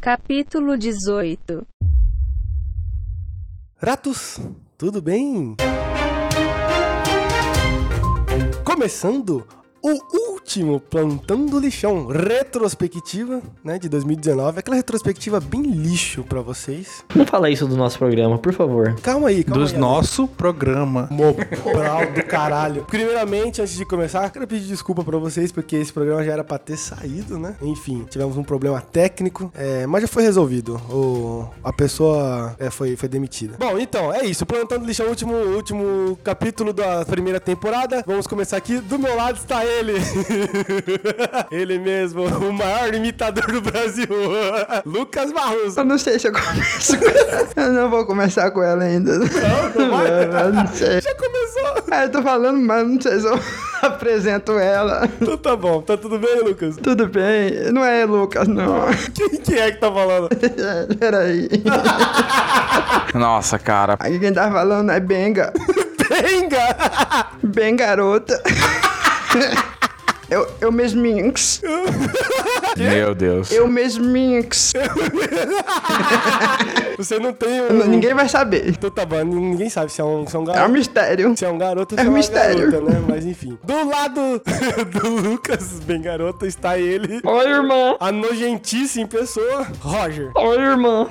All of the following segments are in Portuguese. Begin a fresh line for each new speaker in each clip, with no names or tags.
Capítulo 18
Ratos, tudo bem? Começando o último Plantão do Lixão, retrospectiva, né, de 2019. Aquela retrospectiva bem lixo pra vocês.
Não fala isso do nosso programa, por favor.
Calma aí, calma
dos
aí.
nosso programa.
Mobral do caralho. Primeiramente, antes de começar, quero pedir desculpa pra vocês, porque esse programa já era pra ter saído, né? Enfim, tivemos um problema técnico, é, mas já foi resolvido. O, a pessoa é, foi, foi demitida. Bom, então, é isso. Plantando lixo é o último, último capítulo da primeira temporada. Vamos começar aqui. Do meu lado está ele. ele mesmo, o maior imitador do Brasil. Lucas Barros.
Eu não sei se eu começo com ela. Eu não vou começar com ela ainda. Não,
vai?
Eu não sei.
Já começou.
Ah, eu tô falando, mas não sei se eu apresento ela.
Então tá bom. Tá tudo bem, Lucas?
Tudo bem? Não é Lucas, não.
Quem, quem é que tá falando?
É, Peraí.
Nossa, cara.
Aqui quem tá falando é Benga.
Benga!
Bem garota. Eu, eu mesmo minx.
Meu Deus.
Eu mesmo minx.
Você não tem um...
Ninguém vai saber.
Então tá bom, ninguém sabe se é um, se é um
É um
garoto.
mistério.
Se é um garoto, ou
É
se é
um
uma
mistério.
garota, né? Mas enfim. Do lado do Lucas, bem garoto, está ele,
Oi, irmã.
a nojentíssima pessoa, Roger.
Oi, irmã.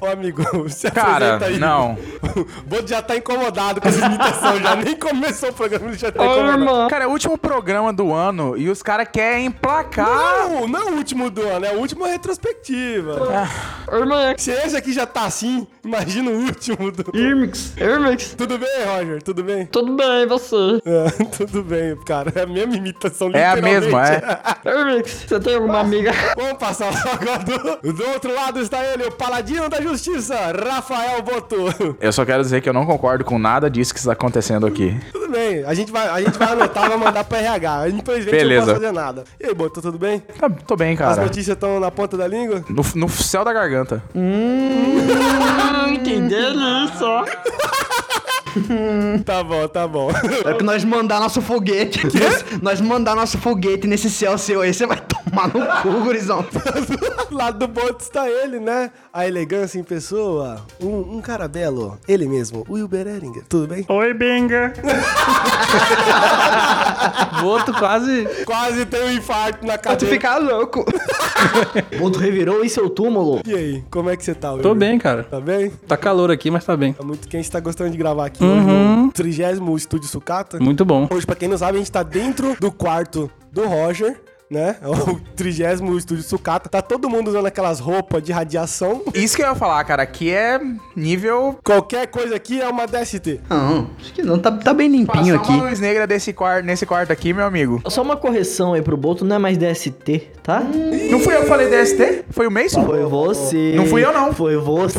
Ô, amigo, se
Cara,
apresenta aí.
não.
O Boto já tá incomodado com essa imitação, já nem começou o programa, ele já tá incomodado.
Cara, é o último programa do ano e os caras querem emplacar.
Não, não é o último do ano, é a última retrospectiva.
Irmã.
Se esse aqui já tá assim, imagina o último do...
Irmix. Irmix.
Tudo bem, Roger? Tudo bem?
Tudo bem, e você?
Ah, tudo bem, cara. É a mesma imitação,
É a
literalmente.
mesma, é.
Irmix, você tem alguma amiga?
Vamos passar logo a do... Do outro lado está ele, o paladino da justiça, Rafael Boto.
Eu só quero dizer que eu não concordo com nada disso que está acontecendo aqui.
Tudo bem, a gente vai, a gente vai anotar, vai mandar pra RH. Infelizmente
Beleza.
eu não posso fazer nada. E aí, Boto, tudo bem?
Tá, tô bem,
As
cara.
notícias estão na ponta da língua?
No, no céu da garganta.
Ai, que delícia.
Tá bom, tá bom.
É que nós mandar nosso foguete. Nós mandar nosso foguete nesse céu seu aí, você vai tomar no cu, gurizão.
Do lado do Boto está ele, né? A elegância em pessoa, um, um cara belo, ele mesmo, o Wilber Eringer. Tudo bem?
Oi, Benga. Boto quase...
Quase tem um infarto na
Tá
Pra tu
cadeira.
ficar louco.
Boto revirou em seu túmulo.
E aí, como é que você tá, Wilber?
Tô bem, cara.
Tá bem?
Tá calor aqui, mas tá bem.
Tá muito quente, tá gostando de gravar aqui hoje
Uhum.
no 30 Estúdio Sucata.
Muito bom.
Hoje, pra quem não sabe, a gente tá dentro do quarto do Roger, né? É o 30 Estúdio Sucata. Tá todo mundo usando aquelas roupas de radiação.
Isso que eu ia falar, cara. Aqui é nível.
Qualquer coisa aqui é uma DST.
Não, acho que não. Tá, tá bem limpinho
Passar
aqui.
uma luz negra desse quarto, nesse quarto aqui, meu amigo.
Só uma correção aí pro Boto, não é mais DST, tá?
Não fui eu que falei DST? Foi o Mason?
Foi você.
Não fui eu, não.
Foi você.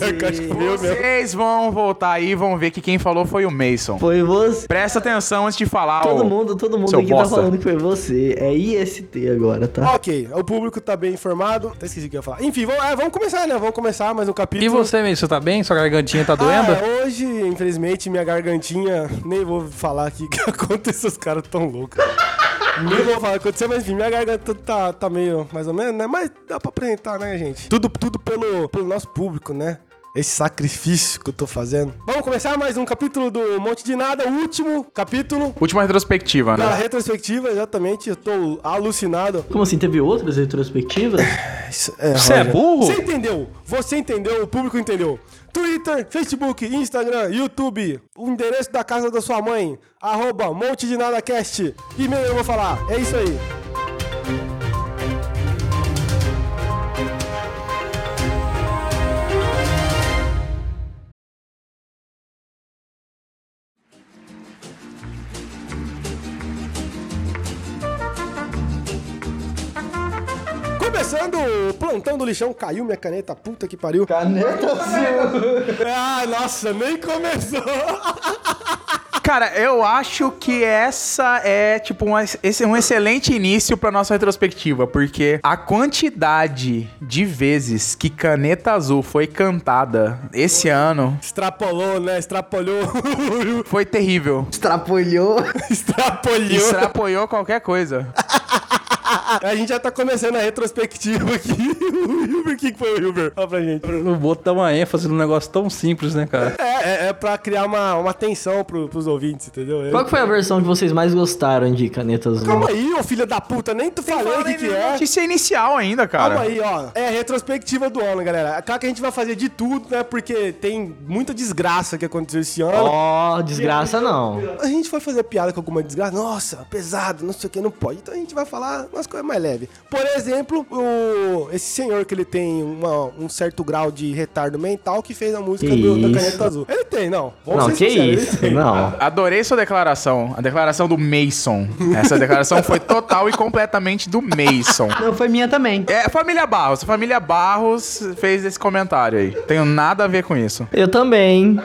Vocês vão voltar aí e vão ver que quem falou foi o Mason.
Foi você.
Presta atenção antes de falar.
Todo
ô.
mundo, todo mundo
seu
aqui
bosta.
tá falando que foi você. É IST agora, tá?
Ok, o público tá bem informado. Até esqueci o que eu ia falar. Enfim, vamos, é, vamos começar, né? Vamos começar mais um capítulo.
E você, mesmo, você tá bem? Sua gargantinha tá doendo?
Ah, é, hoje, infelizmente, minha gargantinha. Nem vou falar aqui o que aconteceu, os caras tão loucos. Nem vou falar o que aconteceu, mas enfim, minha garganta tá, tá meio mais ou menos, né? Mas dá pra apresentar, né, gente? Tudo, tudo pelo, pelo nosso público, né? Esse sacrifício que eu tô fazendo. Vamos começar mais um capítulo do Monte de Nada, o último capítulo
Última retrospectiva, né?
da retrospectiva, exatamente. Eu tô alucinado.
Como assim? Teve outras retrospectivas?
Isso- É,
Você é
Roger.
burro?
Você entendeu? Você entendeu, o público entendeu. Twitter, Facebook, Instagram, YouTube, o endereço da casa da sua mãe, arroba Monte de Nada Cast. E-mail eu vou falar. É isso aí. Começando o plantão do lixão, caiu minha caneta, puta que pariu.
Caneta
Ah, nossa, nem começou.
Cara, eu acho que essa é, tipo, um, esse, é um excelente início pra nossa retrospectiva, porque a quantidade de vezes que Caneta Azul foi cantada esse ano
Extrapolou, né? Extrapolhou.
foi terrível.
Estrapolhou.
Extrapolhou.
Extrapolhou qualquer coisa.
A gente já tá começando a retrospectiva aqui. O Hilber, o que que foi o Hilber? Fala pra gente.
Não vou dar uma ênfase num negócio tão simples, né, cara?
É, é, é pra criar uma, uma tensão pro, pros ouvintes, entendeu? Eu-
Qual que foi a versão que vocês mais gostaram de Caneta Azul?
Calma aí, ô filho da puta, nem tu falou o que,
né?
que é.
Notícia inicial ainda, cara.
Calma aí, ó. É a retrospectiva do ano, galera. Claro que a gente vai fazer de tudo, né? Porque tem muita desgraça que aconteceu esse ano.
Ó, desgraça não.
A gente foi fazer piada com alguma desgraça. Nossa, pesado, não sei o que, não pode. Então a gente vai falar umas coisas mais leves. Por exemplo, o... esse senhor que ele tem uma- um certo grau de retardo mental que fez a música
Que
do- da
isso?
Caneta Azul. Ele tem, não. Vamos
Não,
ser
que
sinceros, ele
isso?
tem.
Não.
Adorei sua declaração. A declaração do Mason. Essa declaração foi total e completamente do Mason.
Não, foi minha também.
É, família Barros. Família Barros fez esse comentário aí. Tenho nada a ver com isso.
Eu também.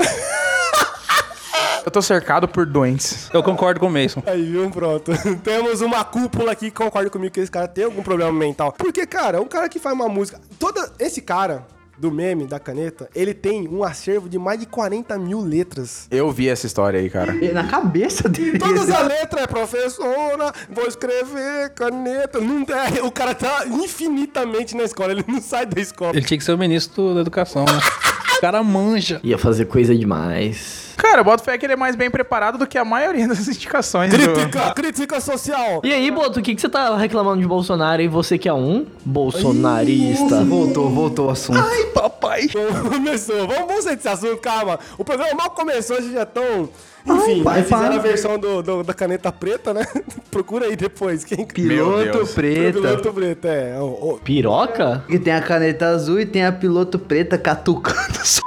Eu tô cercado por doentes.
Eu concordo com o Mason.
Aí, viu? Pronto. Temos uma cúpula aqui que concorda comigo que esse cara tem algum problema mental. Porque, cara, um cara que faz uma música. Toda. Esse cara do meme, da caneta, ele tem um acervo de mais de 40 mil letras.
Eu vi essa história aí, cara.
É Na cabeça dele.
Todas as letras é professora, vou escrever, caneta. Não, é, o cara tá infinitamente na escola, ele não sai da escola.
Ele tinha que ser o ministro da educação, né? O cara manja.
Ia fazer coisa demais.
Cara, eu boto fé que ele é mais bem preparado do que a maioria das indicações. do-
Crítica, crítica social.
E aí, Boto, o que, que você tá reclamando de Bolsonaro e você que é um bolsonarista?
Voltou, voltou o assunto.
Bom, Começou. Vamos, vamos sair desse assunto, calma. O programa mal começou, vocês já estão. Enfim,
pai,
aí fizeram
para.
a versão do, do- da caneta preta, né? Procura aí depois. Quem
Meu Deus.
Piloto preta.
Piloto preta, é. Ô, ô,
Piroca?
E tem a caneta azul e tem a piloto preta catucando.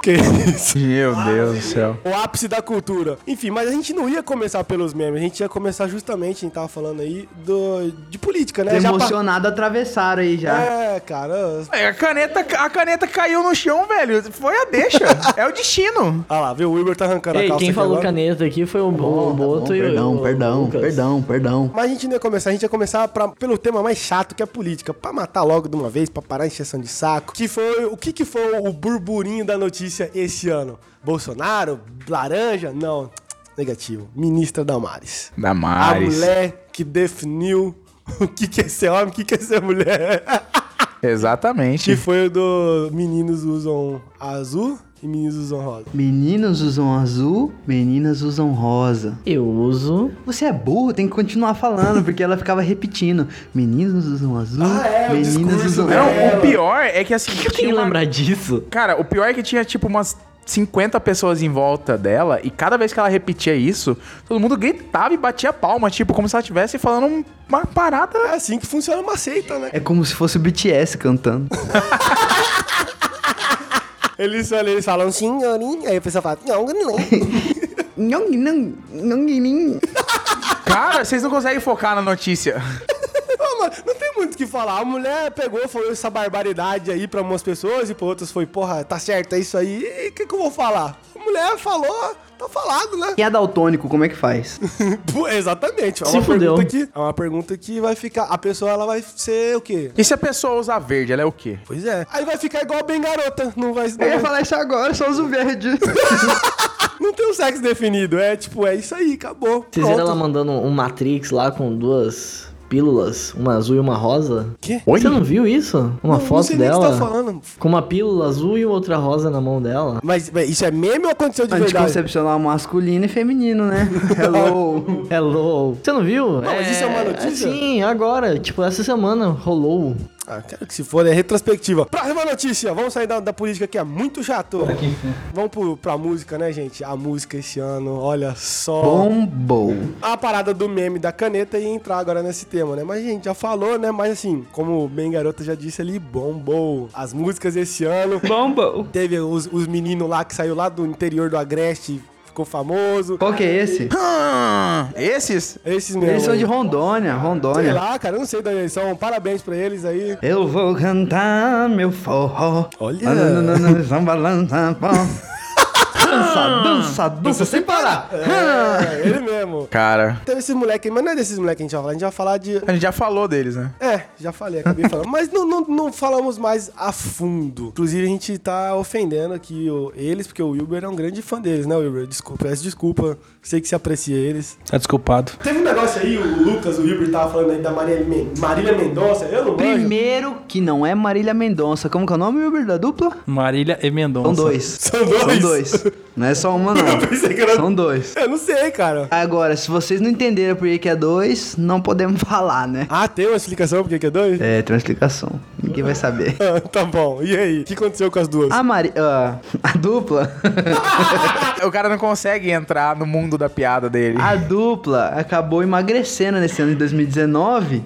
que é isso?
Meu Deus do céu.
O ápice da cultura. Enfim, mas a gente não ia começar pelos memes, a gente ia começar justamente, a gente tava falando aí, do, de política, né? Já pa-
Emocionado atravessaram aí já. Tá
É, cara.
É, A caneta, a caneta caiu no chão, velho. Foi a deixa. É o destino.
Ah lá, viu? O Igor tá arrancando a
Ei,
calça
quem
aqui
falou
agora.
caneta aqui foi o, o Boto e o.
tá perdão,
o
perdão,
Lucas.
perdão, perdão.
Mas a gente não ia começar, a gente ia começar pra- pelo tema mais chato, que é política. Pra matar logo de uma vez, pra parar a encheção de saco. Que foi, o que que foi o burburinho da notícia esse ano? Bolsonaro? Laranja? Não. Negativo. Ministra Damares. A
Damares.
mulher que definiu o que que é ser homem, o que que é ser mulher.
Exatamente.
Que foi o do meninos usam azul e meninos usam rosa.
Meninos usam azul, meninas usam rosa.
Eu uso.
Você é burro, tem que continuar falando, porque ela ficava repetindo. Meninos usam azul,
Ah, é, o
meninas
discurso
usam
dela.
rosa.
Não, o pior é que assim.
O que eu tenho
tinha
que
uma-
lembrar disso?
Cara, o pior é que tinha tipo umas 50 pessoas em volta dela e cada vez que ela repetia isso, todo mundo gritava e batia palma, tipo, como se ela estivesse falando um- uma parada.
É assim que funciona uma seita, né?
É como se fosse o BTS cantando.
Eles, falam- eles falam senhorinha, aí a pessoa fala, não, não. é".
Nhong, nhong, nhong, nhong.
Cara, vocês não conseguem focar na notícia.
Não, mano, não tem muito o que falar. A mulher pegou, falou essa barbaridade aí pra umas pessoas e pra outras foi, porra, tá certo, é isso aí. E o que, que eu vou falar? A mulher falou, tá falado, né?
E é daltônico, como é que faz?
Pô, Exatamente. É
Se
uma,
fudeu.
pergunta que, é uma pergunta que vai ficar. A pessoa ela vai ser o quê?
E se a pessoa usar verde, ela é o quê?
Pois é. Aí vai ficar igual a bem garota. Não vai. Não,
Eu ia
vai-
falar isso agora, só uso verde.
não tem um sexo definido. É tipo, é isso aí, acabou.
Vocês viram ela
Pronto.
mandando um Matrix lá com duas pílulas, uma azul e uma rosa?
Quê?
Oi?
Você não viu isso? Uma
Não- não
foto
sei nem o que
dela
você tá falando.
com uma pílula azul e outra rosa na mão dela.
Mas bem, isso é meme ou aconteceu de
tipo,
verdade?
Anticoncepcional masculino e feminino, né? Hello.
Hello. É Você não viu? Não,
mas isso é uma notícia?
Sim, agora. Tipo, essa semana rolou.
Ah, quero que se for, é retrospectiva. Próxima notícia, vamos sair da, da política que é muito chato.
né?
Vamos pro, pra música, né, gente? A música esse ano, olha só.
Bombou.
A parada do meme da caneta e entrar agora nesse tema, né? Mas a gente já falou, né? Mas assim, como o bem garota já disse ali, bombou. As músicas esse ano.
Bombou.
Teve os, os meninos lá que saiu lá do interior do Agreste, ficou famoso.
Qual que é esse?
Hum, esses?
Esses mesmo.
Eles são
aí.
de Rondônia,
Sei
Rondônia.
lá, cara, eu não sei da eleição. Parabéns pra eles aí.
Eu vou cantar meu forró. Ah,
Olha.
tá Bananana, samba, lança, pó. dança,
Ah,
dança, dança, sem parar.
É, ele mesmo.
Cara,
Teve esses moleques, mas não é desses moleques que a gente vai falar, a gente vai falar de
a gente já falou deles, né?
É, já falei, acabei falando. Mas não, não, não falamos mais a fundo. Inclusive, a gente tá ofendendo aqui o- eles, porque o Wilber é um grande fã deles, né, Wilber? Desculpa, peço desculpa. Sei que você aprecia eles.
Tá desculpado.
Teve um negócio aí, o Lucas, o Wilber tava falando aí da Maria Men- Marília Mendonça. Eu não manjo.
Primeiro que não é Marília Mendonça. Como que é o nome, Wilber, da dupla?
Marília e Mendonça.
São dois.
São dois?
São dois. Não é só uma, não.
Eu pensei que era-
São dois.
Eu não sei, cara.
Agora, se vocês não entenderam por que que é dois, não podemos falar, né?
Ah, tem uma explicação porque que é dois?
É, tem uma explicação. Ninguém vai saber.
Ah, tá bom. E aí? O que aconteceu com as duas?
A Mari... ah, a dupla...
O cara não consegue entrar no mundo da piada dele.
A dupla acabou emagrecendo nesse ano de 2019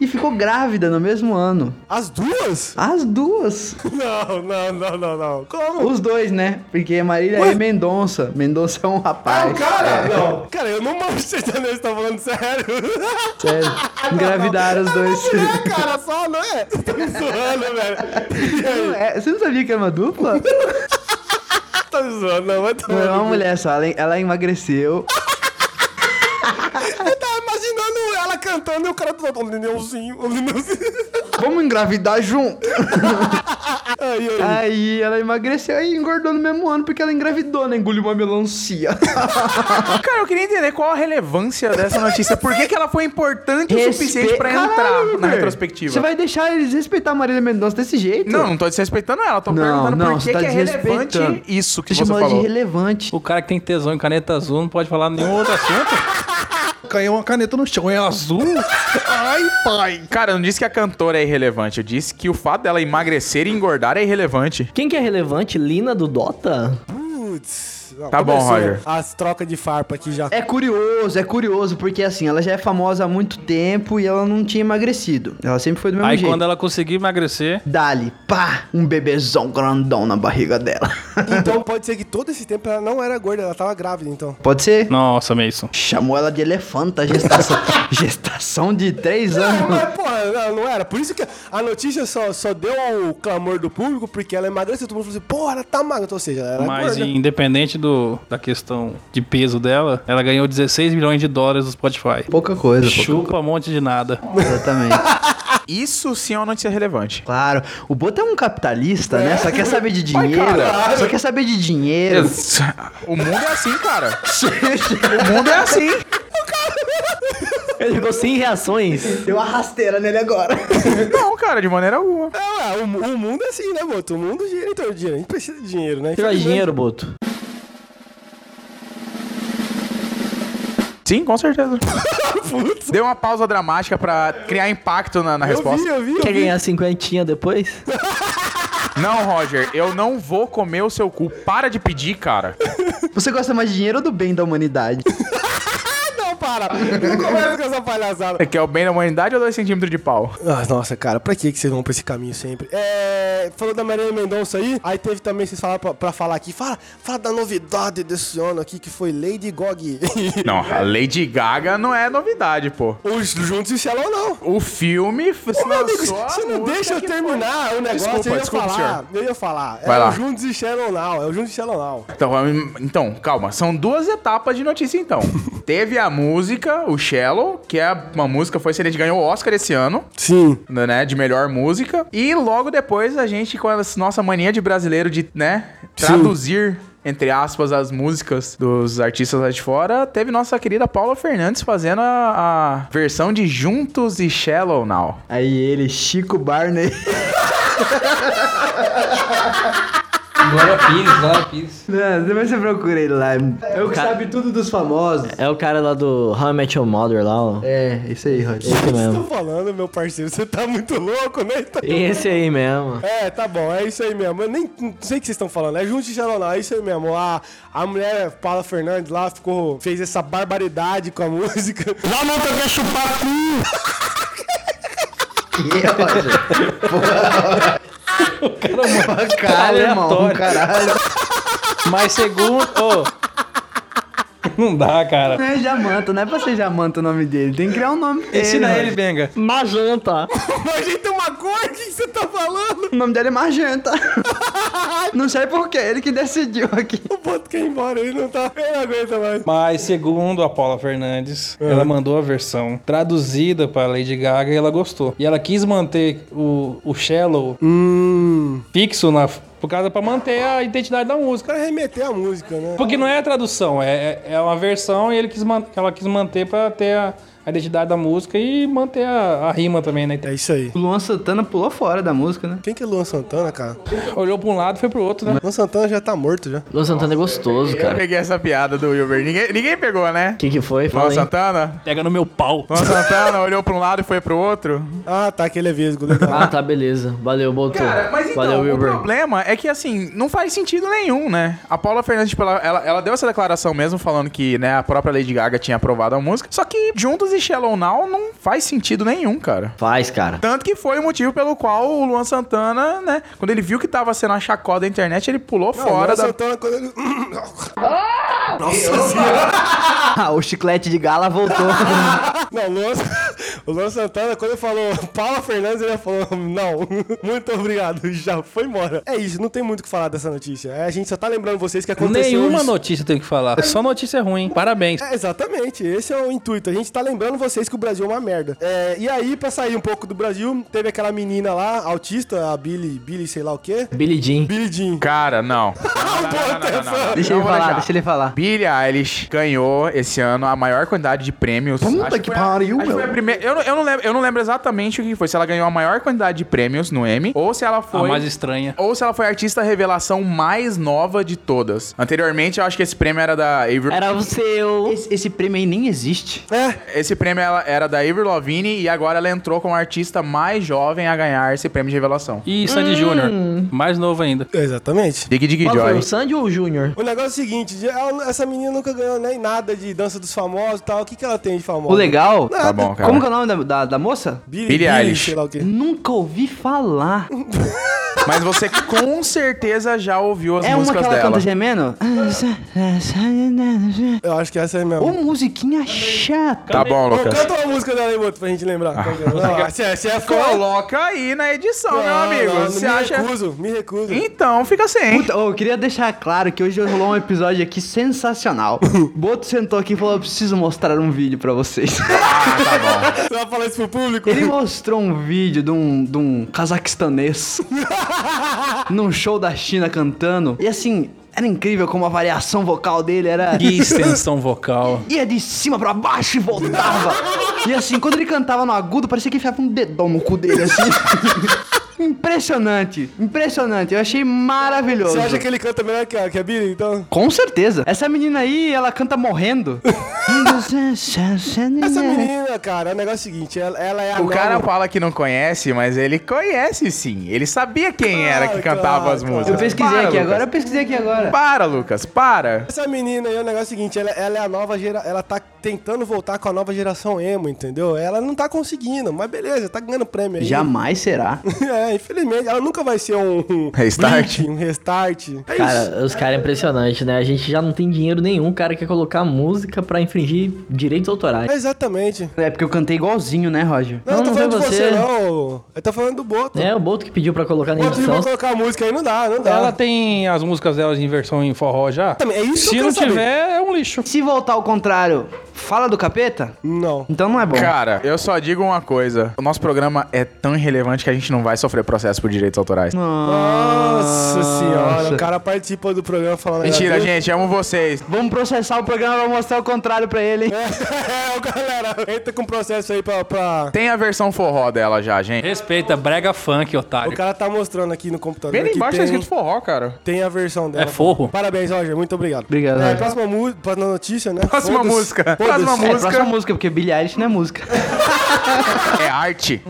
e ficou grávida no mesmo ano.
As duas?
As duas.
Não, não, não, não, não. Como?
Os dois, né? Porque Marília é Mendonça. Mendonça é um
Ah,
rapaz.
o
É.
cara? Não. Cara, eu não manjo sertanejo, tá falando sério.
Sério. É, Engravidaram os dois.
É, cara, só não é? Você tá me zoando, velho. E aí?
É, Você não sabia que era uma dupla?
Tá me zoando, não, vai
Não, é
tomar.
uma
no cu.
mulher só. Ela, ela emagreceu.
Eu tava tá imaginando ela cantando e o cara do outro, o Lineuzinho, o Lineuzinho.
Vamos engravidar junto.
Aí, aí.
Aí ela emagreceu e engordou no mesmo ano porque ela engravidou, né? Engoliu uma melancia.
Cara, eu queria entender qual a relevância dessa notícia. Por que, que ela foi importante é o suficiente
Respe-
pra
Caralho,
entrar na
Uber.
retrospectiva?
Você vai deixar eles respeitar a Marília Mendonça desse jeito?
Não, não tô desrespeitando ela, tô
Não,
perguntando
não,
por
você
que,
tá
que é relevante
desrespeitando.
isso que
Você
você,
chamou ela de
falou.
relevante.
O cara que tem tesão em caneta azul não pode falar nenhum outro assunto. Caiu uma caneta no chão, é azul? Ai, pai.
Cara, eu não disse que a cantora é irrelevante, eu disse que o fato dela emagrecer e engordar é irrelevante.
Quem que é relevante? Lina do Dota?
Putz. Não,
Tá bom,
começou
Roger.
As trocas de farpa aqui já.
É curioso, é curioso, porque assim, ela já é famosa há muito tempo e ela não tinha emagrecido. Ela sempre foi do mesmo
Aí
um jeito.
quando ela conseguir emagrecer,
Dali, pá, um bebezão grandão na barriga dela.
Então pode ser que todo esse tempo ela não era gorda, ela tava grávida, então.
Pode ser?
nossa, Mason.
Chamou ela de elefanta, gestação, gestação de três
Não,
anos.
mas, porra, ela não era. Por isso que a notícia só, só deu o clamor do público, porque ela emagreceu. Todo mundo falou assim, porra, ela tá magra. Ou seja, ela era
Mas
gorda.
independente do, da questão de peso dela, ela ganhou 16 milhões de dólares do Spotify.
Pouca coisa, pouca
Chupa um monte de nada.
coisa. Exatamente.
Isso sim é uma notícia relevante.
Claro, o Boto é um capitalista, né? Só quer saber de dinheiro. só quer saber de dinheiro.
O mundo é assim, cara. o mundo é assim.
Ele ficou sem reações.
Deu uma rasteira nele agora.
Não, cara, de maneira alguma.
É, ué, o, mu- o mundo é assim, né, Boto? O mundo gira em torno de dinheiro. A gente precisa de dinheiro, né?
Você faz dinheiro, Boto?
Sim, com certeza. Deu uma pausa dramática pra criar impacto na, na
Eu vi, né?
resposta.
eu vi, eu
Quer
vi.
ganhar cinquentinha depois?
Não, Roger, eu não vou comer o seu cu. Para de pedir, cara.
Você gosta mais de dinheiro ou do bem da humanidade?
Não, para! Não começa com essa palhaçada.
Você quer É o bem da humanidade ou dois centímetros de pau?
Ah, nossa, cara, pra que que vocês vão pra esse caminho sempre? É. Falou da Maria Mendonça aí, aí teve também, vocês falaram pra, pra falar aqui, fala, fala da novidade desse ano aqui, que foi Lady Gog.
Não, a Lady Gaga não é novidade, pô.
Os Juntos e Shallow não.
O filme f-
Ô, meu amigo,
lançou a
você não
música
deixa eu
que
terminar o negócio,
Desculpa,
eu ia
desculpa,
falar.
senhor.
Eu ia falar.
Vai
é
lá.
o Juntos e Shallow Now, é o Juntos e Shallow Now.
Então, hum, então, calma. São duas etapas de notícia, então. Teve a música, o Shallow, que é uma música, foi excelente, ganhou o Oscar esse ano,
Sim.
né, de melhor música. E logo depois a gente, com a nossa mania de brasileiro de, né,
Sim.
traduzir, entre aspas, as músicas dos artistas lá de fora, teve nossa querida Paula Fernandes fazendo a, a versão de Juntos e Shallow Now.
Aí ele, Chico Barney.
Glória Pires, Glória Pires.
Não, depois você procura ele lá. É o que
Cara-
sabe tudo dos famosos.
É o cara lá do How I Met Your Mother lá, ó.
É, isso aí, Roger.
Esse
Vocês
mesmo.
estão falando, meu parceiro, você tá muito louco, né? Tá-
É.
Esse aí mesmo.
É, tá bom, é isso aí mesmo. Eu nem não sei o que vocês estão falando. É junto e Xaroná, é isso aí mesmo. A, a mulher Paula Fernandes lá ficou, fez essa barbaridade com a música. Lá não quer chupar cu!
E, Roger? Porra, caralho, irmão. um
Aleatório.
Caralho.
Mas segundo. ô. Não dá, cara.
Não é Jamanta, não é pra ser Jamanta o nome dele. Tem que criar um nome pra
Ensina
Roger.
ele, Benga.
Majanta.
Mas a gente tem uma cor, o que que você tá falando?
O nome dele é Magenta. Não sei porquê, ele que decidiu aqui.
O Boto quer ir embora, ele não tá. Ele não aguenta mais.
Mas segundo a Paula Fernandes, ela mandou a versão traduzida pra Lady Gaga e ela gostou. E ela quis manter o, o Shallow
Hum.
fixo na, por causa pra manter a identidade da música.
Pra remeter a música, né?
Porque não é a tradução, é, é é uma versão e ele quis man- ela quis manter pra ter a, a identidade da música e manter a, a rima também, né?
É isso aí.
O Luan Santana pulou fora da música, né?
Quem que é Luan Santana, cara?
Olhou pra um lado e foi pro outro, né?
Luan Santana já tá morto já.
Luan Santana é gostoso,
Eu
cara.
peguei essa piada do Wilber. Ninguém, ninguém pegou, né?
O que, que foi?
Luan
Fala aí.
Santana?
Pega no meu pau.
Luan Santana olhou pra um lado e foi pro outro.
Ah, tá, que ele é vesgo, legal.
Ah, tá, beleza. Valeu, Bolton.
Cara, mas então,
Valeu,
o
Wilber.
problema é que, assim, não faz sentido nenhum, né? A Paula Fernandes, tipo, ela, ela, ela deu essa declaração mesmo, falando que, né, a própria Lady Gaga tinha aprovado a música. Só que Juntos e Shallow Now não faz sentido nenhum, cara.
Faz, cara.
Tanto que foi o motivo pelo qual o Luan Santana, né, quando ele viu que tava sendo a chacota da internet, ele pulou
Não, Luan
fora da...
Santana quando ele.
Ah, o chiclete de gala voltou.
Não, o Luan, o Luan Santana, quando ele falou Paula Fernandes, ele falou, não, muito obrigado, já foi embora. É isso, não tem muito o que falar dessa notícia. É, a gente só tá lembrando vocês que aconteceu
Nenhuma
isso.
notícia eu tenho que falar. Só notícia ruim. Parabéns.
É, exatamente, esse é o intuito. A gente tá lembrando vocês que o Brasil é uma merda. É, e aí, pra sair um pouco do Brasil, teve aquela menina lá, autista, a Billy, Billy sei lá o quê.
Billy Jean.
Billy Jean.
Cara, não.
Deixa
Não
ele
Então, vou
falar,
deixar.
deixa ele falar.
Billie Eilish ganhou esse ano a maior quantidade de prêmios.
Puta
Acho
que
foi a-
pariu,
acho que foi a
meu.
primeira- eu, não- eu não lembro, eu não lembro exatamente o que foi. Se ela ganhou a maior quantidade de prêmios no Emmy ou se ela
A
foi.
mais estranha.
Ou se ela foi a artista revelação mais nova de todas. Anteriormente, eu acho que esse prêmio era da Avril...
Era o seu.
Esse, esse prêmio aí nem existe.
É,
Esse prêmio ela era da Avril Lavigne e agora ela entrou como a artista mais jovem a ganhar esse prêmio de revelação.
E Sandy Júnior,
Hum.
mais novo ainda.
exatamente.
Dig Dig
Qual foi,
Joy.
o Sandy ou o Júnior?
O negócio é o seguinte, de- ela- essa menina nunca ganhou nem nada de dança dos famosos e tal. O que, que ela tem de famosa?
O legal.
Tá bom, cara.
Como que é o nome da, da, da moça?
Billy,
Billie
Billy,
Eilish.
sei lá o quê.
Nunca ouvi falar.
Mas você com certeza já ouviu as
é uma que
músicas
ela
dela.
canta gemendo?
Eu acho que essa é mesmo.
Ô, musiquinha chata.
Tá bom,
Ô,
Lucas.
canta uma música dela aí, Boto, pra gente lembrar. Qual que é? Não, Você é- você é fã?
Coloca aí na edição, meu
Não,
amigo.
não,
Você
me
acha.
recuso, me recuso.
Então fica sem.
Puta, ô, eu queria deixar claro que hoje rolou um episódio aqui sensacional. Boto sentou aqui e falou: eu preciso mostrar um vídeo pra vocês.
Você vai falar isso pro público?
Ele mostrou um vídeo de um, de um cazaquistanês num show da China cantando. E assim, era incrível como a variação vocal dele era.
Que extensão vocal.
Ia de cima pra baixo e voltava. E assim, quando ele cantava no agudo, parecia que enfiava um dedão no cu dele, assim. Impressionante, impressionante. Eu achei maravilhoso.
Você acha que ele canta melhor que a, que a Billy, então?
Com certeza. Essa menina aí, ela canta morrendo.
Essa menina, cara, o negócio é o seguinte, ela, ela é a
O
nova-
cara fala que não conhece, mas ele conhece sim. Ele sabia quem era que
Claro,
cantava
claro,
as
claro.
músicas.
Eu pesquisei
Para,
aqui
Lucas.
agora, eu pesquisei aqui agora.
Para, Lucas, para.
Essa menina aí, o negócio é o seguinte, ela, ela é a nova geração, ela tá tentando voltar com a nova geração emo, entendeu? Ela não tá conseguindo, mas beleza, tá ganhando prêmio aí.
Jamais será.
É, infelizmente, ela nunca vai ser um... um
Restart.
Blink, Um restart. É isso.
Cara, os caras é impressionante, né? A gente já não tem dinheiro nenhum, o cara quer colocar música pra infringir direitos autorais.
É Exatamente.
É porque eu cantei igualzinho, né, Roger?
Não,
Não,
eu tô
não
falando
foi
de você,
você.
não. Eu tô falando do Boto.
É, o Boto que pediu pra colocar na
Boto, se
edição.
for colocar a música aí, não dá, não dá.
Ela tem as músicas dela em versão em forró já?
Também, é isso que
Se
eu
não
quero
tiver, é um lixo.
Se voltar ao contrário, fala do capeta?
Não.
Então não é bom.
Cara, eu só digo uma coisa. O nosso programa é tão irrelevante que a gente não vai sofrer processo por direitos autorais.
Ah,
Nossa senhora, o cara participa do programa falando.
Mentira, gente, amo vocês.
Vamos processar o programa, vamos mostrar o contrário pra ele, hein?
É, o galera, entra com processo aí pra, pra-
Tem a versão forró dela já, gente.
Respeita, brega funk,
O
otário.
cara tá mostrando aqui no computador.
Bem ali
que
embaixo
tem,
tá escrito forró, cara.
tem a versão dela.
É forro.
Parabéns, Roger, muito obrigado.
Obrigado,
É,
Roger.
próxima, mu- próxima notícia, né?
Próxima
Foda-se.
música.
Foda-se.
Próxima
É,
música.
próxima música, porque Billie Eilish não é música.
É arte.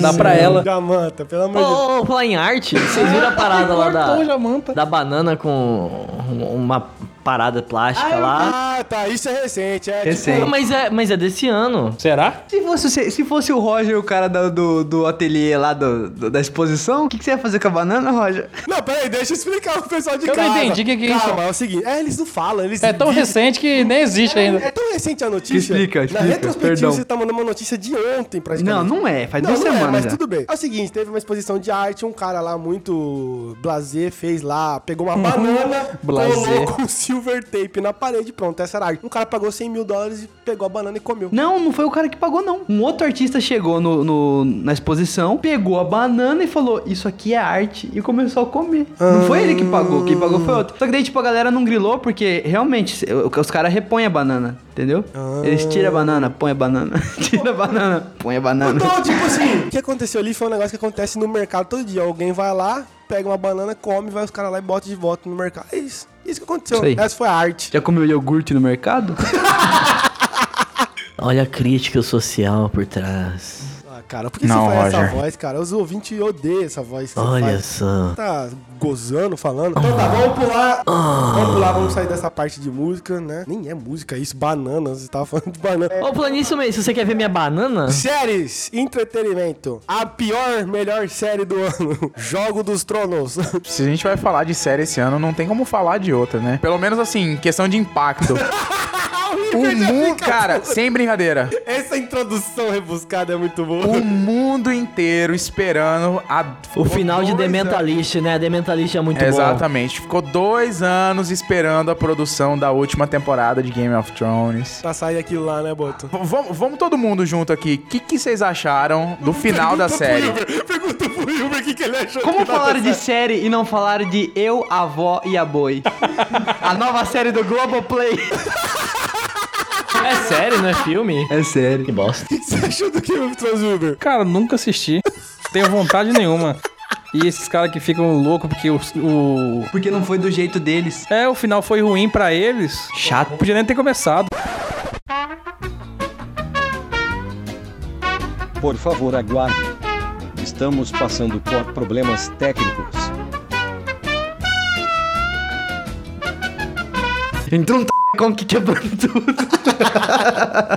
Dá pra ela.
Jamanta, pelo
Ô,
amor de Deus.
ô, ô, falar em arte, vocês viram a parada lá da,
Jamanta.
da banana com uma parada plástica lá?
Ah, tá. Isso é recente. É
Recente.
Mas é, mas é desse ano.
Será?
Se fosse, o se- se fosse o Roger, o cara da- do, do ateliê lá do- do- da exposição, o que, que você ia fazer com a banana, Roger?
tipo... Não, peraí. Deixa eu explicar pro pessoal de
Eu não
casa.
entendi o que que é
Calma,
isso.
é o seguinte. É, eles não falam. Eles
É tão recente que nem existe
É
ainda.
tão recente a notícia.
Explica, explica,
Na retrospectiva,
perdão.
você tá mandando uma notícia de ontem,
Não,
praticamente.
não é. Faz
Não,
duas
não é,
semanas.
mas
já.
tudo bem. É o seguinte, teve uma exposição de arte, um cara lá muito blazer fez lá, pegou
Uhum.
uma banana, colocou
Blasé.
com silver tape na parede, pronto, essa era a arte. Um cara pagou 100 mil dólares e pegou a banana e comeu.
Não, não foi o cara que pagou, não. Um outro artista chegou no, no- na exposição, pegou a banana e falou: Isso aqui é arte, e começou a comer. Não foi ele que pagou, quem pagou foi outro. Só que daí, tipo, a galera não grilou, porque realmente se- o- os caras repõem a banana, entendeu?
Ah.
Eles tiram a banana, põem a banana, tira a banana, põe a banana.
Então, tipo assim, o que aconteceu ali foi um negócio que acontece no mercado todo dia. Alguém vai lá, pega uma banana, come, vai os caras lá e bota de volta no mercado. É isso. Isso que aconteceu.
Isso aí.
Essa foi a arte.
Já comeu iogurte no mercado?
Olha a crítica social por trás.
Ah, cara, por que
Não,
você faz essa
Roger.
voz, cara? Os ouvintes odeiam essa voz. que você
Olha
faz.
só.
tá gozando, falando. Então tá, vamos pular. Vamos pular, vamos sair dessa parte de música, né? Nem é música isso, bananas. Você tava falando de banana.
Ô, Planício, se você quer ver minha banana?
Séries, entretenimento. A pior, melhor série do ano. Jogo dos Tronos.
Se a gente vai falar de série esse ano, não tem como falar de outra, né? Pelo menos assim, questão de impacto. o mundo, cara, sem brincadeira.
Essa introdução rebuscada é muito boa.
O mundo inteiro esperando a.
O final de
é.
dois
The
anos-
Mentalist, né? The Mentalist é muito bom.
Exatamente. Ficou dois anos esperando a produção da última temporada de Game of Thrones.
Pra sair aquilo lá, né, Boto?
V- Vamos vamos todo mundo junto aqui. O que, que vocês acharam do final da série?
Pergunta pro Hilbert o que, que ele achou.
Como falaram de série e não falaram de Eu, a Avó e a Boi? a nova série do Globoplay.
É sério, não é filme?
É sério.
Que bosta.
O que você achou do Game of Thrones, Hilbert?
Cara, nunca assisti. Tenho vontade nenhuma. E esses caras que ficam loucos porque o, o-
Porque não foi do jeito deles.
É, o final foi ruim pra eles.
Chato.
Podia nem ter começado.
Por favor, aguarde. Estamos passando por problemas técnicos.
Entrou um t com que quebrando tudo.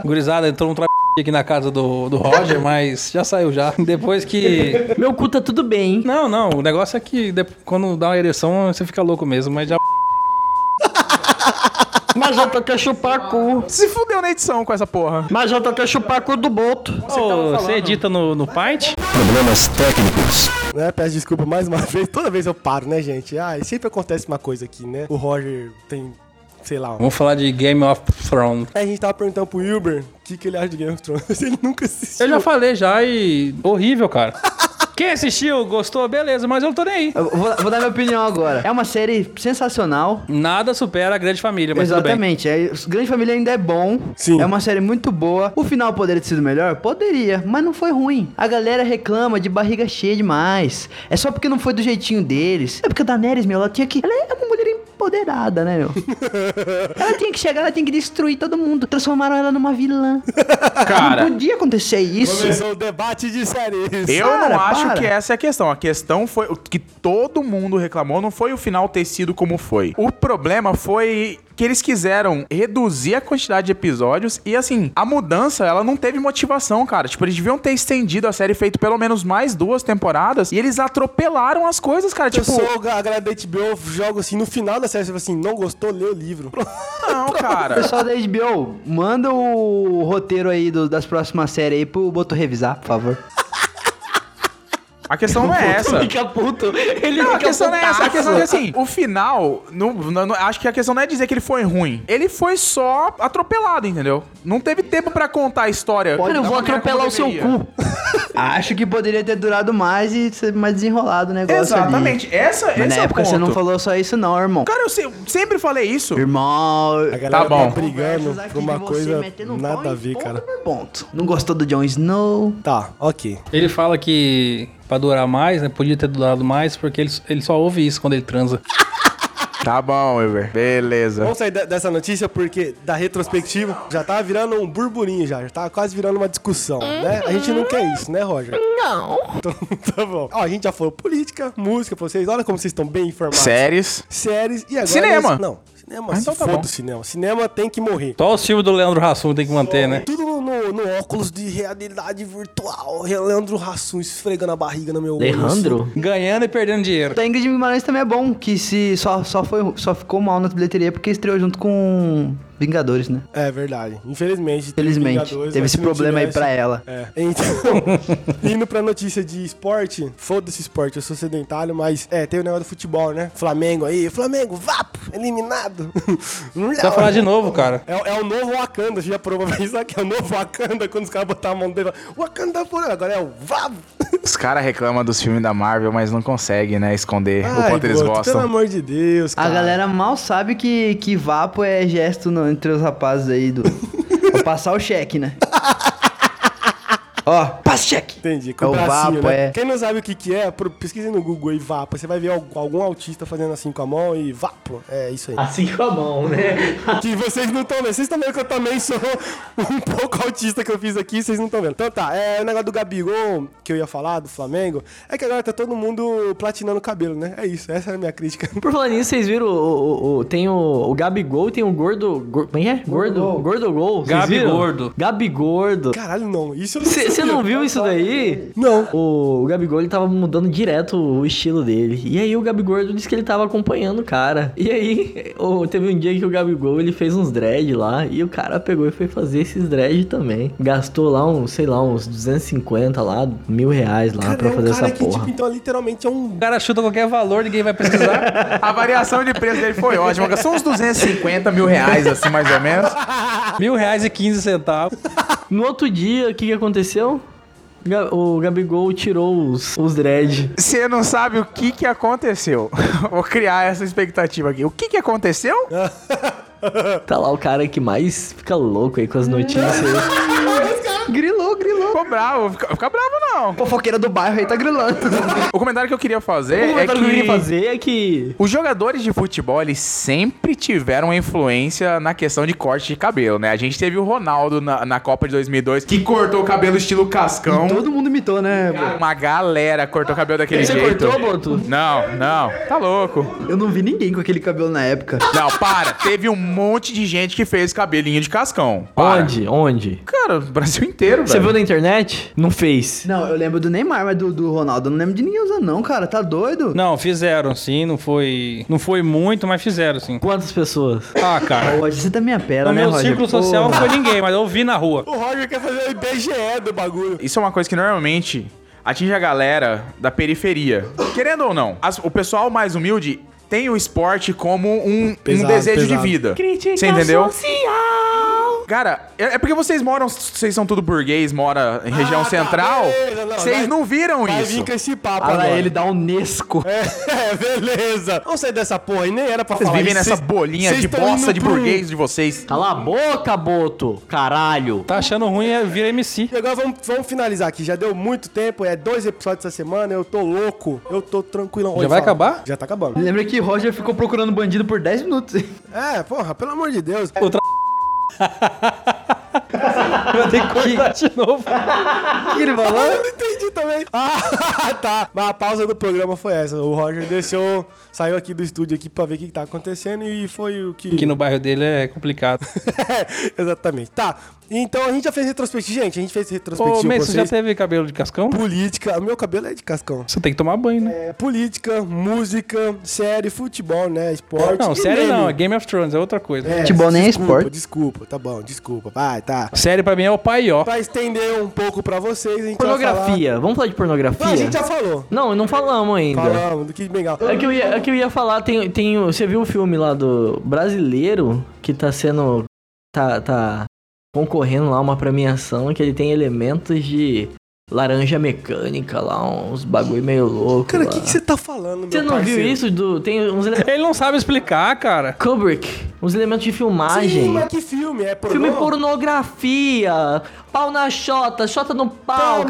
Gurizada, entrou um tra... aqui na casa do, do Roger, mas já saiu já. Depois que...
Meu cu tá tudo bem, hein?
Não, não, o negócio é que de- quando dá uma ereção você fica louco mesmo, mas já...
Mas eu tô quer chupar cu.
Se fudeu na edição com essa porra.
Mas eu tô quer chupar cu do boto.
Ô, Você, edita no, no Paint?
Problemas técnicos.
Né? Peço desculpa mais uma vez. Toda vez eu paro, né, gente? Ah, e sempre acontece uma coisa aqui, né? O Roger tem, sei lá. Um...
Vamos falar de Game of Thrones.
Aí Tá, a gente tava perguntando pro Hilbert o que, que ele acha de Game of Thrones. Ele nunca assistiu.
Eu já falei já e... Horrível, cara. Quem assistiu, gostou, beleza, mas eu não tô nem aí.
Eu Vou, vou dar minha opinião agora. É uma série sensacional.
Nada supera a Grande Família, mas tudo bem.
Exatamente. É, Grande Família ainda é bom.
Sim.
É uma série muito boa. O final poderia ter sido melhor? Poderia, mas não foi ruim. A galera reclama de barriga cheia demais. É só porque não foi do jeitinho deles. É porque a Daenerys, meu, ela tinha que... Ela é uma mulher empoderada, né, meu? ela tinha que chegar, ela tinha que destruir todo mundo. Transformaram ela numa vilã.
Cara.
Não podia acontecer isso.
Começou o debate de séries.
Eu
Para,
não acho
para.
que essa é a questão. A questão foi o que todo mundo reclamou, não foi o final ter sido como foi. O problema foi que eles quiseram reduzir a quantidade de episódios e assim, a mudança, ela não teve motivação, cara. Tipo, eles deviam ter estendido a série, feito pelo menos mais duas temporadas e eles atropelaram as coisas, cara.
Eu
Tipo,
sou o cara da HBO, jogo assim, no final da série, você fala assim, não gostou, lê o livro.
não, cara.
Pessoal É da HBO, manda o roteiro aí do- das próximas séries aí pro Boto revisar, por favor.
A questão não é essa.
Fica puto. Ele
Não, a
fica
questão não é essa. A
putaço.
questão é que, assim, o final, não, não- não- acho que a questão não é dizer que ele foi ruim. Ele foi só atropelado, entendeu? Não teve tempo pra contar a história.
Cara, eu
da
vou
maneira
atropelar
como
o seu
deveria.
cu.
Acho que poderia ter durado mais e ser mais desenrolado o negócio ali.
Exatamente. Essa,
Mas
esse
na
é
época
o
você
ponto.
não falou só isso não, irmão.
Cara, eu se- sempre falei isso.
Irmão...
A galera
bom.
tá brigando
Conversas aqui
por uma
de você
coisa
metendo um pau
nada
em
a ver,
ponto
cara.
por Ponto. Não gostou do Jon Snow?
Tá, ok.
Ele fala que pra durar mais, né? Podia ter durado mais, porque ele, ele só ouve isso quando ele transa.
Tá bom, Ever. Beleza.
Vamos sair de- dessa notícia porque da retrospectiva já tá virando um burburinho já, já tá quase virando uma discussão, né? A gente não quer isso, né, Roger? Não. Então, tá bom. Ó, a gente já falou política, música pra vocês, olha como vocês estão bem informados.
Séries.
Séries e agora... é
Cinema.
Não, cinema,
Ah,
se
então tá
foda
bom.
o cinema. Cinema tem que morrer.
Só o Silvio do Leandro Rassum tem que manter, né?
Tudo no, no- no óculos de realidade virtual. Leandro Rassum esfregando a barriga no meu olho. assim.
Leandro?
Ganhando e perdendo dinheiro.
Da Ingrid Guimarães também é bom, que se só, só, foi, só ficou mal na bilheteria porque estreou junto com Vingadores, né?
É verdade. Infelizmente. teve
Felizmente,
Vingadores,
teve
mas se
esse
não
problema aí
tivesse-
pra ela.
É. Então, indo pra notícia de esporte, foda-se esporte, eu sou sedentário, mas é, tem o negócio do futebol, né? Flamengo aí, Flamengo, vapo, eliminado. Não
Precisa falar de novo, cara.
É, é o novo Wakanda, já provou pra isso aqui, é o novo Wakanda, quando os caras botaram a mão dele, Wakanda por agora é o vapo.
Os caras reclamam dos filmes da Marvel, mas não conseguem, né? Esconder o quanto eles
Guto, Pelo
gostam.
amor de Deus,
A
cara.
galera mal sabe que, que vapo é gesto no- entre os rapazes aí do. pra passar o cheque, né? Ó, passa o cheque!
Entendi, com
É
o
o
bracinho,
vapo,
né?
é.
Quem não sabe o que que é, pro- pesquise no Google aí, vapo. Você vai ver al- algum autista fazendo assim com a mão e vapo. É isso aí.
Ah.
Assim com a mão, né?
Que vocês não estão vendo. Vocês estão vendo que eu também sou um pouco autista que eu fiz aqui, vocês não estão vendo. Então tá, é, o negócio do Gabigol, que eu ia falar, do Flamengo, é que agora tá todo mundo platinando o cabelo, né? É isso, essa é a minha crítica.
Por falar nisso, vocês viram o, o- o- tem o, o Gabigol e tem o Gordo... Gor, como é que é? Gordo? Gordo Gol. vocês
Gabi
viram?
Gordo.
Gabi Gordo.
Caralho, não. Isso eu não
Você
sabia.
não viu isso daí?
Não.
O, o Gabigol ele tava mudando direto o estilo dele. E aí o Gabigordo disse que ele tava acompanhando o cara. E aí o- teve um dia que o Gabigol ele fez uns dread lá e o cara pegou e foi fazer esses dread também. Gastou lá uns, sei lá, uns 250 lá, mil reais lá
Cara,
Ah, pra
é um
fazer
cara
essa
que,
porra.
tipo, então literalmente é um.
O cara chuta qualquer valor, ninguém vai pesquisar.
A variação de preço dele foi ótima. São uns 250 mil reais, assim, mais ou menos.
Mil reais e 15 centavos.
No outro dia, o que, que aconteceu? Ga- O Gabigol tirou os, os dread.
Você não sabe o que que aconteceu. Vou criar essa expectativa aqui. O que que aconteceu?
É. Tá lá o cara que mais fica louco aí com as notícias.
Grilou, grilou.
Ficou bravo. Fica, fica bravo, não.
Fofoqueira do bairro aí tá grilando.
O comentário que eu queria fazer
o
é
comentário que eu queria
que...
fazer é que
Os jogadores de futebol, eles sempre tiveram influência na questão de corte de cabelo, né? A gente teve o Ronaldo na, na Copa de 2002, que cortou o cabelo estilo cascão.
Todo mundo imitou, né? bro?
Uma galera cortou o cabelo daquele
Você
jeito.
cortou, Boto?
Não, não. Tá louco.
Eu não vi ninguém com aquele cabelo na época.
Não, para. Teve um monte de gente que fez cabelinho de cascão. Para.
Onde? Onde?
Cara, o Brasil inteiro,
Você viu
velho.
na internet? Não fez.
Não, eu lembro do Neymar, mas do, do Ronaldo. Eu não lembro de ninguém usando, não, cara. Tá doido?
Não, fizeram sim, não foi. Não foi muito, mas fizeram sim.
Quantas pessoas?
Ah, cara.
Hoje você também apela,
No
né,
meu
Roger?
círculo social não
Porra.
foi ninguém, mas eu vi na rua.
O Roger quer fazer o IBGE do bagulho.
Isso é uma coisa que normalmente atinge a galera da periferia. Querendo ou não, as- o pessoal mais humilde tem o esporte como um, um
Pesado,
desejo
pesado.
de vida. Você entendeu? Cara, é, é porque vocês moram, vocês são tudo burguês, mora em região
tá,
central.
beleza, não,
Vocês
vai-
não, viram
Vai
isso.
vir com esse papo
Olha lá,
agora.
ele da
um
Unesco.
É, beleza. Vamos sair dessa porra aí, nem era pra
Vocês
falar
vivem
isso.
nessa
Vocês-
bolinha
vocês
de
tão
bosta
indo
de
pro-
burguês de vocês.
Cala a boca, Boto! Caralho!
Tá achando ruim é vira MC.
E agora vamos, vamos finalizar aqui. Já deu muito tempo, é dois episódios essa semana, eu tô louco, eu tô tranquilão.
Já vai acabar?
Já tá acabando.
Lembra que Roger ficou procurando bandido por 10 minutos.
É, porra, pelo amor de Deus.
De novo.
que ele falou?
Ah, Eu não entendi também. Ah, tá. Mas a pausa do programa foi essa. O Roger desceu, saiu aqui do estúdio aqui pra ver o que que tá acontecendo e foi o que...
Aqui no bairro dele é complicado.
Exatamente. Tá, então a gente já fez retrospectiva. Gente, a gente fez retrospectiva
Ô,
com
Mês, você já
vocês.
teve cabelo de cascão?
Política, o meu cabelo é de cascão.
Você tem que tomar banho, né?
É, política, música, série, futebol, né? Esporte.
Não,
e
série
meme.
não, é Game of Thrones, é outra coisa.
Futebol nem é
desculpa,
esporte.
Desculpa, tá bom, desculpa. Vai, tá.
Série pra mim é o paió.
Pra estender um pouco pra vocês, a gente vai
Pornografia. Vamos falar de
falar... Ah, a
pornografia?
gente já falou.
Não, não falamos ainda.
Falamos do que legal.
É que, eu ia, é que eu ia falar, tem, tem. o- Você viu o filme lá do brasileiro que tá sendo. tá, tá concorrendo lá a uma premiação que ele tem elementos de laranja mecânica lá, uns bagulho meio louco.
Cara, o
lá.
que que você tá falando, meu
Você não
parceiro?
viu isso? Do, tem uns ele-
Ele não sabe explicar, cara.
Kubrick, uns elementos de filmagem.
Sim, mas que filme? É pornô?
Filme pornografia, pau na chota, chota no
Tá, mas
pau,
aí É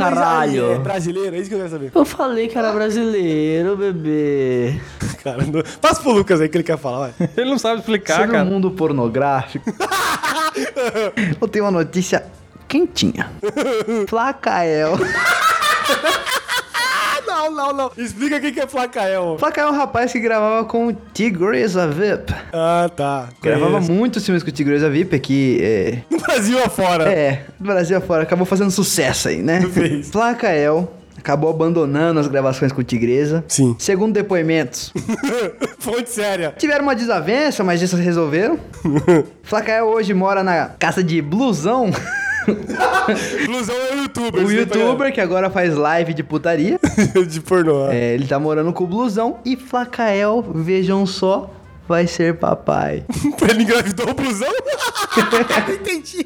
caralho.
brasileiro, é isso que eu quero saber.
Eu falei que era brasileiro, bebê.
Cara, não... Passa pro Lucas aí que ele quer falar, vai.
Ele não sabe
Você
explicar,
no
cara.
mundo pornográfico. eu tenho uma notícia quentinha. Flacael.
Ah, não, Não, não, não. Explica o que que é Flacael.
Placa é um rapaz que gravava com o Tigres Avip.
Ah, tá.
Gravava
Conheço.
muitos filmes com o Tigres Avip, que é...
No Brasil afora.
É, do Brasil afora, acabou fazendo sucesso aí, né?
Fez.
Placael acabou abandonando as gravações com o Tigresa.
Sim.
Segundo depoimentos,
Fonte séria.
tiveram uma desavença, mas isso resolveram. Flacael hoje mora na casa de Blusão,
Ilusão é o youtuber.
o
você tá
youtuber que agora faz live de putaria.
ligado? De pornô. É.
É, ele tá morando com o Blusão e Flacael, vejam só, vai ser papai.
Ele engravidou o blusão? Entendi.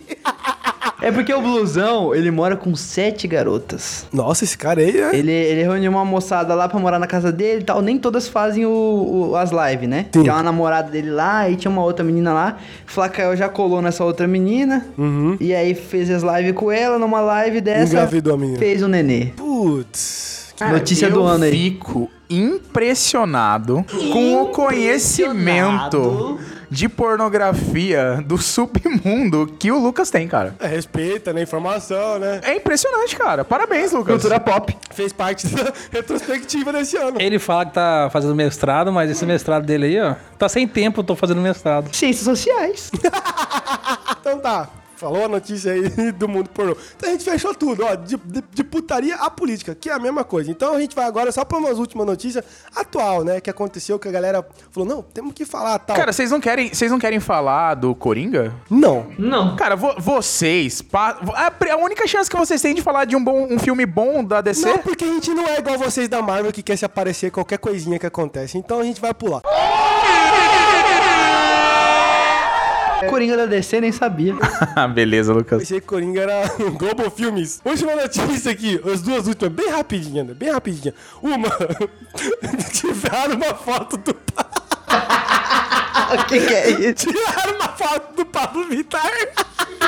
É porque o Blusão, ele mora com sete garotas.
Nossa, esse cara aí é...
Ele, ele reuniu uma moçada lá pra morar na casa dele e tal. Nem todas fazem o, o- as lives, né?
Sim.
Tem uma namorada dele lá e tinha uma outra menina lá. Flacael já colou nessa outra menina. E aí fez as lives com ela. Numa live dessa,
Uhum. Engravidou a menina.
fez o nenê.
Putz.
Notícia do ano aí.
Eu fico impressionado com o conhecimento de pornografia do submundo que o Lucas tem, cara.
É, respeita, né? Informação, né?
É impressionante, cara. Parabéns, Lucas.
Cultura pop.
Fez parte da retrospectiva desse ano.
Ele fala que tá fazendo mestrado, mas esse mestrado dele aí, ó, tá sem tempo, eu tô fazendo mestrado.
Ciências sociais.
Então tá. Falou a notícia aí do mundo pornô. Então a gente fechou tudo, ó. De, de- de putaria à política, que é a mesma coisa. Então a gente vai agora só pra umas últimas notícias atual, né? Que aconteceu, que a galera falou, não, temos que falar tal.
Cara, vocês não querem, vocês não querem falar do Coringa?
não.
Não.
Cara, vo- vocês, pa- a, pri- a única chance que vocês têm de falar de um bom, um filme bom da DC?
Não, porque a gente não é igual vocês da Marvel que quer se aparecer qualquer coisinha que acontece. Então a gente vai pular.
Coringa da DC nem sabia.
Ah, beleza, Lucas.
Pensei que Coringa era um Globo Filmes. Última notícia aqui, as duas últimas, bem rapidinha, né? bem rapidinha. Uma, tiraram uma foto do
O que, que é isso?
tiraram uma foto do Pablo Vittar.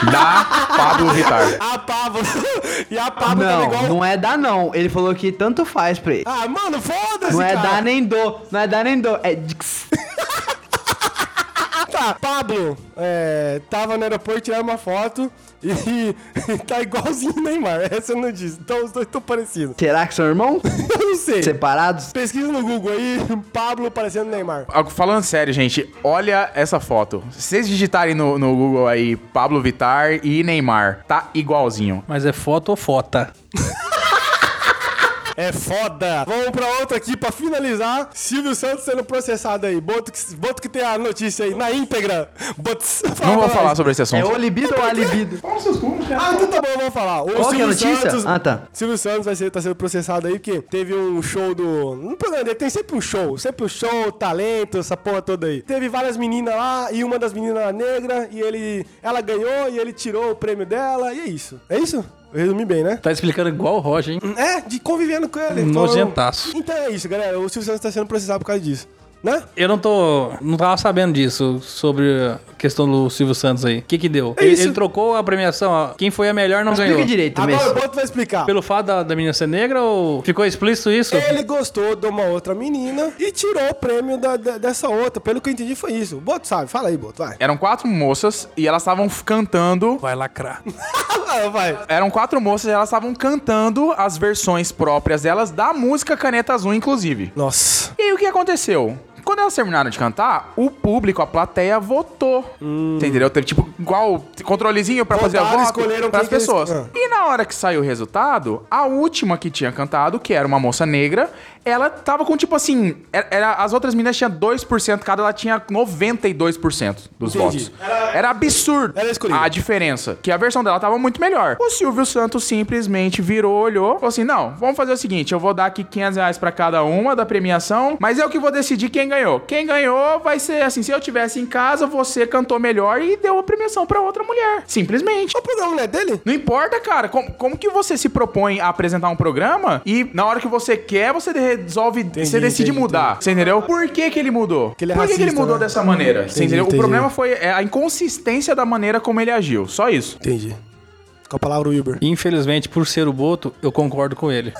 Da Pablo Vittar.
A Pablo e a Pablo tava
Não,
igual.
não é dá não. Ele falou que tanto faz pra ele.
Ah, mano, foda-se,
Não é
cara.
dá nem dô. Não é dá nem dô. É dix.
Tá, Pablo é, tava no aeroporto, tiraram uma foto e tá igualzinho o Neymar. Essa eu não disse. Então os dois estão parecidos.
Será que são irmãos?
Eu não sei.
Separados?
Pesquisa no Google aí, Pablo parecendo Neymar.
Ah, Falando sério, gente, olha essa foto. Se vocês digitarem no, no Google aí Pablo Vittar e Neymar, tá igualzinho.
Mas é foto ou fota?
É foda. Vamos pra outra aqui pra finalizar. Silvio Santos sendo processado aí. Boto que, boto que tem a notícia aí na íntegra. Boto,
Não vou falar sobre esse
É
assunto.
o libido ou a libido?
Ah, então tá bom, vamos falar. O
Qual que é a notícia? Ah, tá.
Silvio Santos vai ser, tá sendo processado aí, porque teve um show do. No programa dele tem sempre um show. Sempre um show, talento, essa porra toda aí. Teve várias meninas lá e uma das meninas era negra e ele. Ela ganhou e ele tirou o prêmio dela. E é isso. É isso? Eu resumi bem, né?
Tá explicando igual o Roger, hein?
É, de convivendo com ele.
Nojentaço.
Então é isso, galera. O Silvio Santos tá sendo processado por causa disso. Né?
Eu não tô. Não tava sabendo disso, sobre a questão do Silvio Santos aí. O que que deu? ele,
isso.
ele trocou a premiação, ó. Quem foi a melhor não
Explica
ganhou.
direito,
Agora o
mesmo.
Boto vai explicar.
Pelo fato da, da menina ser negra ou ficou explícito isso?
Ele gostou de uma outra menina e tirou o prêmio da- da- dessa outra. Pelo que eu entendi, foi isso. O Boto sabe. Fala aí, Boto, vai.
Eram quatro moças e elas estavam f- cantando.
Vai lacrar.
Vai, vai.
Eram quatro moças e elas estavam cantando as versões próprias delas da música Caneta Azul, inclusive.
Nossa.
E aí o que aconteceu? Quando elas terminaram de cantar, o público, a plateia, votou. Entendeu? Teve tipo igual controlezinho pra fazer a
Votaram,
voto
escolheram
pras
quem que eles-
pessoas.
Ah.
E na hora que saiu o resultado, a última que tinha cantado, que era uma moça negra, ela tava com tipo assim, era, era- as outras meninas tinham 2% cada, ela tinha 92% dos
Entendi.
votos. Era, absurdo
Era escolhida.
a diferença, que a versão dela tava muito melhor. O Silvio Santos simplesmente virou, olhou, falou assim, não, vamos fazer o seguinte, eu vou dar aqui 500 reais pra cada uma da premiação, mas eu que vou decidir quem ganhou. Quem ganhou vai ser assim, se eu tivesse em casa, você cantou melhor e deu a premiação pra outra mulher. Simplesmente.
O programa não é dele?
Não importa, cara. Como, como que você se propõe a apresentar um programa e na hora que você quer, você de- resolve, você decide
entendi,
mudar. Você entendeu? Por que que ele mudou?
ele é
Por que que ele
racista,
mudou
né?
dessa maneira? você
Entendi,
entendeu?
entendi.
O problema foi é, a inconsistência da maneira como ele agiu. Só isso.
Entendi. Com a palavra Uber.
Infelizmente, por ser o Boto, eu concordo com ele.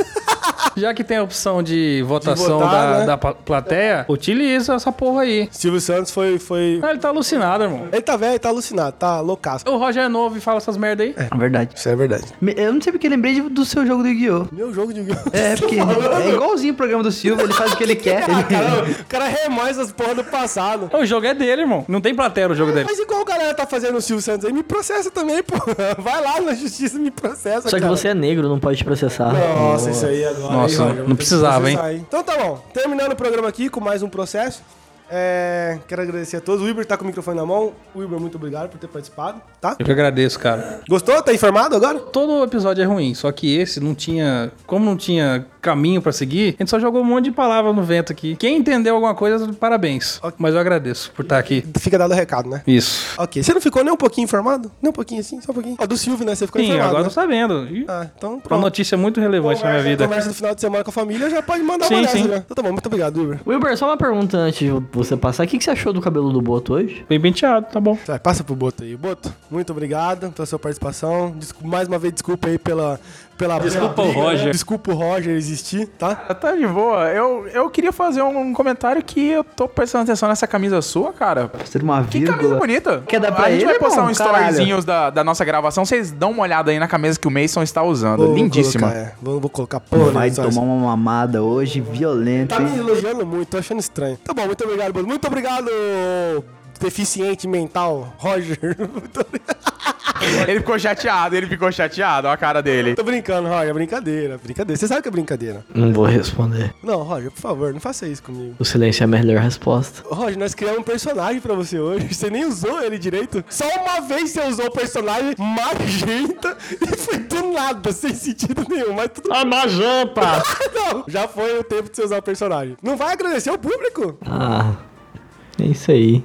Já que tem a opção de votação
votar,
da,
né?
da pa- plateia, utiliza essa porra aí.
Silvio Santos foi. foi...
Ah, ele tá alucinado, irmão.
Ele tá velho, tá alucinado, tá loucaço.
O Roger é novo e fala essas merda aí.
É verdade.
Isso é verdade.
Me- Eu não sei porque lembrei de- do seu jogo do Yu-Gi-Oh!
Meu É jogo de.
É, porque é igualzinho o programa do Silva, ele faz o que ele quer.
Caramba,
É.
o Ah, cara remói essas porra do passado.
O jogo é dele, irmão. Não tem plateia no jogo dele.
Mas igual a galera tá fazendo o Silvio Santos aí, me processa também, pô. Vai lá na justiça e me processa,
Só que
cara.
você é negro, não pode te processar.
Nossa, isso aí agora.
Nossa,
aí, Roger, vou
não
ter que
precisava,
processar, Então tá bom. Terminando o programa aqui com mais um processo. É, quero agradecer a todos. O Wilber tá com o microfone na mão. Wilber, muito obrigado por ter participado, tá?
Eu que agradeço, cara.
Gostou? Tá informado agora?
Todo episódio é ruim, só que esse não tinha. Como não tinha caminho pra seguir, a gente só jogou um monte de palavra no vento aqui. Quem entendeu alguma coisa, parabéns. Mas eu agradeço por estar aqui.
Fica dado o recado, né?
Isso.
Ok. Você não ficou nem um pouquinho informado? Nem um pouquinho assim? Só um pouquinho? Ó, do Silvio, né? Você ficou
Sim,
informado.
agora eu
né?
tô sabendo. Ih,
Ah, então
Uma
pronto.
notícia muito relevante na minha vida.
Conversa do final de semana com a família, já pode mandar
Sim,
uma dessa,
sim.
né? Então tá bom, muito obrigado, Wilber.
Wilber, só uma pergunta antes de você passar. O que, que você achou do cabelo do Boto hoje?
Bem penteado, tá bom.
Vai, passa pro Boto aí. Boto, muito obrigado pela sua participação. Desculpa- mais uma vez, desculpa aí pela. pela desculpa
o Roger.
Desculpa o Roger existir, tá?
Tá de boa. Eu, eu queria fazer um, um comentário que eu tô prestando atenção nessa camisa sua, cara.
Fazer uma
Que camisa
vírgula.
bonita.
Quer dar pra
A gente
ele,
vai postar
irmão?
um
Caralho.
storyzinhos da, da nossa gravação. Vocês dão uma olhada aí na camisa que o Mason está usando. Lindíssima.
Vou colocar, é. vou, vou colocar porra.
Ah, Vai
né, só-
tomar um uma mamada hoje, violenta.
Tá
hein?
me elogiando muito, tô achando estranho. Tá bom, muito obrigado, Boto. Muito obrigado, deficiente mental, Roger. Muito obrigado.
Ele ficou chateado, ele ficou chateado. Olha a cara dele.
Tô brincando, Roger. é Brincadeira, brincadeira. Você sabe que é brincadeira.
Não vou responder.
Não, Roger, por favor, não faça isso comigo.
O silêncio é a melhor resposta.
Roger, nós criamos um personagem pra você hoje. Você nem usou ele direito. Só uma vez você usou o personagem magenta e foi do nada, sem sentido nenhum. Mas tudo bem.
Amajampa!
Não, já foi o tempo de você usar o personagem. Não vai agradecer o público?
Ah, é isso aí,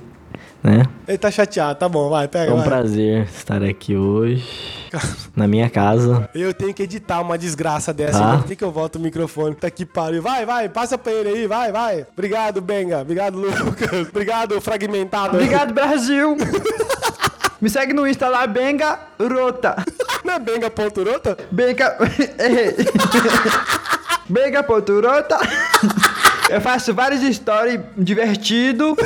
né?
Ele tá chateado, tá bom, vai,
É
pega.
um
vai.
prazer estar aqui hoje, na minha casa.
Eu tenho que editar uma desgraça dessa.
Tá.
né? Por que, que eu volto o microfone? Tá que pariu. Vai, vai, passa pra ele aí, vai, vai. Obrigado, Benga. Obrigado, Lucas. Obrigado, Fragmentado.
Obrigado, Brasil! Me segue no Insta lá, Benga Rota.
Não é Benga ponto rota?
Benga. Errei. Benga Poturota. Eu faço várias stories divertido.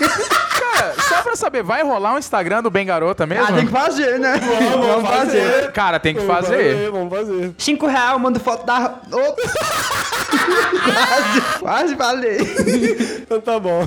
Cara, só pra saber, vai rolar um Instagram do Bem Garota mesmo?
Ah, tem que fazer, né?
Vamos fazer. um
Cara, tem que fazer.
Vamos fazer.
Cinco real, mando foto da. Opa! quase, quase falei.
Então tá bom.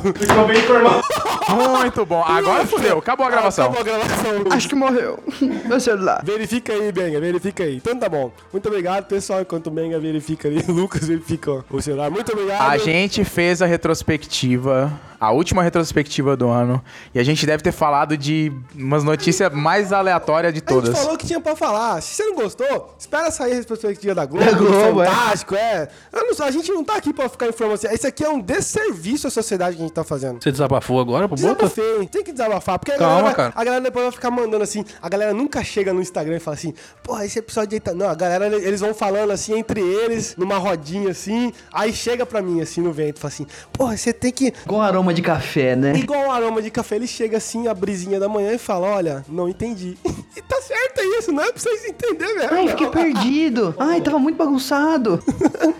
Muito bom. Agora fudeu. Acabou a gravação.
Ah, Acabou a gravação.
Acho que morreu. Meu celular.
Verifica aí, Benga, verifica aí. Então tá bom. Muito obrigado, pessoal. Enquanto o Benga verifica ali, o Lucas verifica ó, o celular. Muito obrigado.
A gente fez a retrospectiva, a última retrospectiva do ano, e a gente deve ter falado de umas notícias mais aleatórias de
A gente
todas.
falou o que tinha pra falar. Se você não gostou, espera sair a perspectiva da Globo,
Da Globo,
do
é.
Fantástico, é. Eu não sei, a gente não tá aqui pra ficar informando. você. Isso aqui é um desserviço à sociedade que a gente tá fazendo.
Você desabafou agora pro Boto?
Desabafei, hein? tem que desabafar, porque a,
Calma,
galera,
cara.
a galera depois vai ficar mandando assim, a galera nunca chega no Instagram e fala assim, porra, esse episódio aí tá... Não, a galera, eles vão falando assim, entre eles, numa rodinha assim, aí chega pra mim assim, no vento, fala assim, porra, você tem que...
Com aroma de café, né?
Igual o aroma de café, ele chega assim, a brisinha da manhã e fala, olha, não entendi. e tá certo isso, não é pra vocês entenderem mesmo.
Ai, fiquei perdido. Ai, tava muito bagunçado.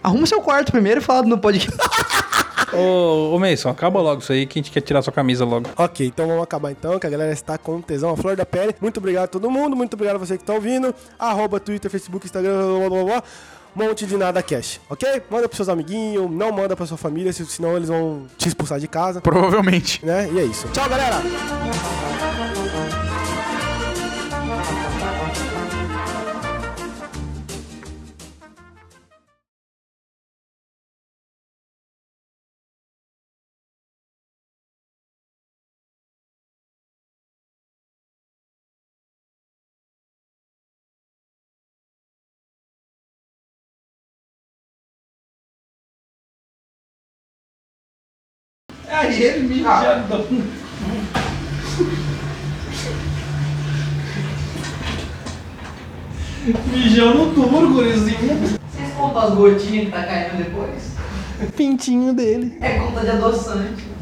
Arruma seu quarto primeiro e fala no podcast.
Ô, ô Mason, acaba logo isso aí que a gente quer tirar sua camisa logo.
Ok, então vamos acabar então, que a galera está com tesão, a flor da pele. Muito obrigado a todo mundo, muito obrigado a você que está ouvindo. Arroba, Twitter, Facebook, Instagram, blá, blá, blá, blá. Monte de nada cash, ok? Manda pros seus amiguinhos, não manda pra sua família, se- senão eles vão te expulsar de casa,
Provavelmente.
né? E é isso. Tchau, galera!
Vocês contam as gotinhas que tá caindo depois?
Pintinho dele.
É conta de adoçante.